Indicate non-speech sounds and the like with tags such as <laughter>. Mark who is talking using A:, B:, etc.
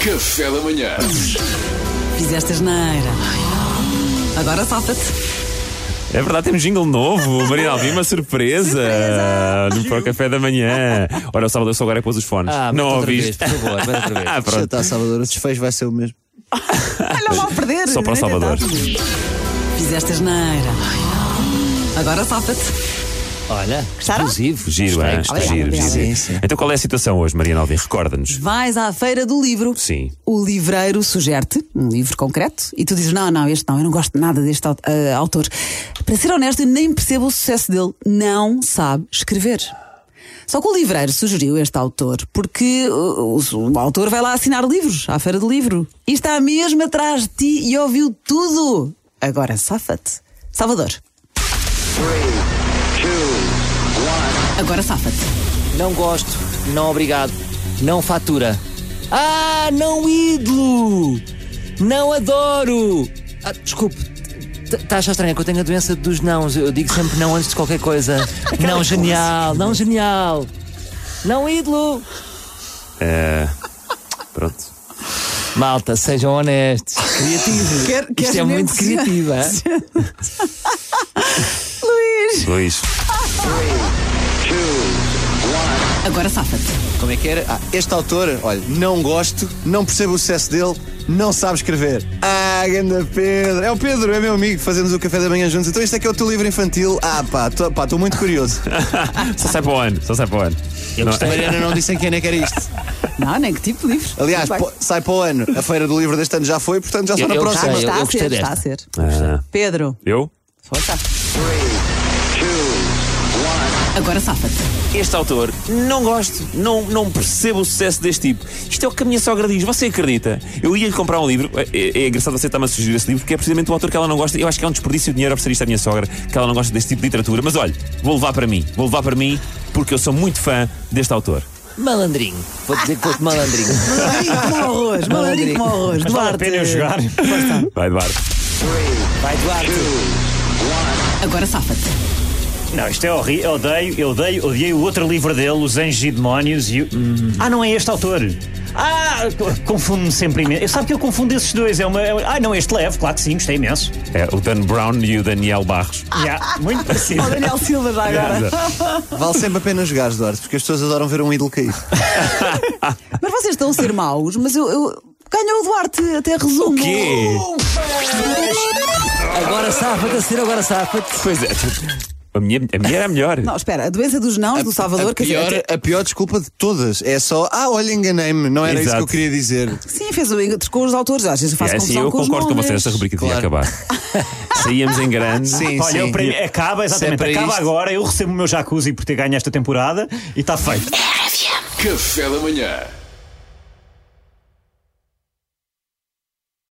A: Café da manhã.
B: Fizeste asneira. Agora salta-te.
C: É verdade, temos jingle novo. Marina Alvim, uma surpresa. No Pro Café da Manhã. Olha, o Salvador só agora é pôs os fones.
D: Ah, mete
C: não
D: outra vez,
C: ouviste.
D: por favor, mete outra vez.
C: <laughs> Ah,
E: Já
C: pronto.
E: está, Salvador. O desfecho vai ser o mesmo.
B: Olha lá, perder. é
C: Só para o Salvador.
B: Fizeste asneira. Agora salta-te.
D: Olha,
B: Gostaram?
D: exclusivo.
C: Giro,
D: Gostei,
C: é?
D: gostei.
C: Giro,
B: obrigada.
C: giro.
E: Sim, sim.
C: Então qual é a situação hoje, Marina Alvim? Recorda-nos.
B: Vais à feira do livro.
C: Sim.
B: O livreiro sugere-te um livro concreto e tu dizes: Não, não, este não, eu não gosto nada deste au- ah, autor. Para ser honesto, eu nem percebo o sucesso dele. Não sabe escrever. Só que o livreiro sugeriu este autor porque uh, o, o autor vai lá assinar livros à feira do livro e está mesmo atrás de ti e ouviu tudo. Agora safa-te. Salvador. Agora safa-te.
D: Não gosto, não obrigado, não fatura. Ah, não ídolo! Não adoro! Ah, desculpe. Está a achar estranho é que eu tenho a doença dos nãos. Eu digo sempre não antes de
B: <laughs>
D: qualquer coisa. não genial, não genial. Não ídolo!
C: É, Pronto.
D: Malta, sejam honestos, criativos.
B: Quer- queres
D: Isto é
B: mesmo
D: muito
B: ser-
D: criativo, é?
B: Luís.
C: Luís.
B: Agora safa-te.
E: Como é que era? Ah, este autor, olha, não gosto, não percebo o sucesso dele, não sabe escrever. Ah, ganda Pedro. É o Pedro, é meu amigo, fazemos o café da manhã juntos. Então este é que é o teu livro infantil. Ah, pá, tô- pá, estou muito <laughs> curioso.
C: Só sai para o ano. Só sai para o ano. Não,
E: A Mariana não disse em quem é que era isto.
B: Não, nem que tipo de livros.
E: Aliás,
B: Muito bem.
E: pô- sai para o ano. A feira do livro deste ano já foi, portanto já só
D: Eu-
E: na
D: eu
E: próxima.
D: sei,
B: está
D: eu
B: a
D: gostei
B: ser,
D: desta.
B: está a ser.
C: Ah,
B: Pedro,
C: eu?
B: força. Agora safa-te.
C: Este autor, não gosto, não, não percebo o sucesso deste tipo. Isto é o que a minha sogra diz. Você acredita? Eu ia-lhe comprar um livro, é, é engraçado você estar-me a sugerir esse livro, porque é precisamente um autor que ela não gosta. Eu acho que é um desperdício de dinheiro oferecer isto à minha sogra, que ela não gosta deste tipo de literatura. Mas olha, vou levar para mim, vou levar para mim, porque eu sou muito fã deste autor.
D: Malandrinho. Vou dizer que foste malandrinho.
B: Malandrinho como arroz, malandrinho como arroz. Duarte.
C: Vai, Eduardo.
D: Vai, Duarte.
B: Agora safa-te.
F: <laughs> Não, isto é horrível. Eu odeio, eu odeio, odiei o outro livro dele, Os Anjos e Demónios. E... o- Hum. Ah, não é este autor. Ah, co- confundo-me sempre imenso. Eu sabe que eu confundo esses dois. É uma... é uma- Ah, não, este leve, claro que sim, gostei imenso.
C: É o Dan Brown e o Daniel Barros.
F: Yeah,
B: <laughs>
F: muito parecido.
B: Ó, Daniel Silva já agora.
E: Vale sempre a pena jogar, Duarte, porque as pessoas adoram ver um ídolo cair.
B: Mas vocês estão a ser maus, mas eu. eu... Ganhou o Duarte, até resumo.
C: O quê?
D: Agora safa-te, a ser agora safa-te.
C: Pois é. A minha, a minha era melhor.
B: Não, espera, a doença dos nãos <laughs> do Salvador.
E: a,
B: quer dizer,
E: pior, é- a pior desculpa de todas é só, ah, olha, enganei-me, não era isso
C: Exato.
E: que eu queria dizer.
B: até- sim, fez o encontro com os autores. Às vezes eu faço
C: É assim,
B: confusão
C: eu
B: com os
C: concordo com
B: nomes.
C: você, esta rubrica devia
E: Claro.
C: acabar.
B: <laughs>
C: Saíamos em grande.
E: Sim,
F: Olha, eu
E: sim.
F: para mim- acaba, exatamente,
E: Sempre é
F: acaba
E: isto.
F: agora. tá Eu recebo o meu jacuzzi por ter ganho esta temporada e está feito.
A: Café da manhã.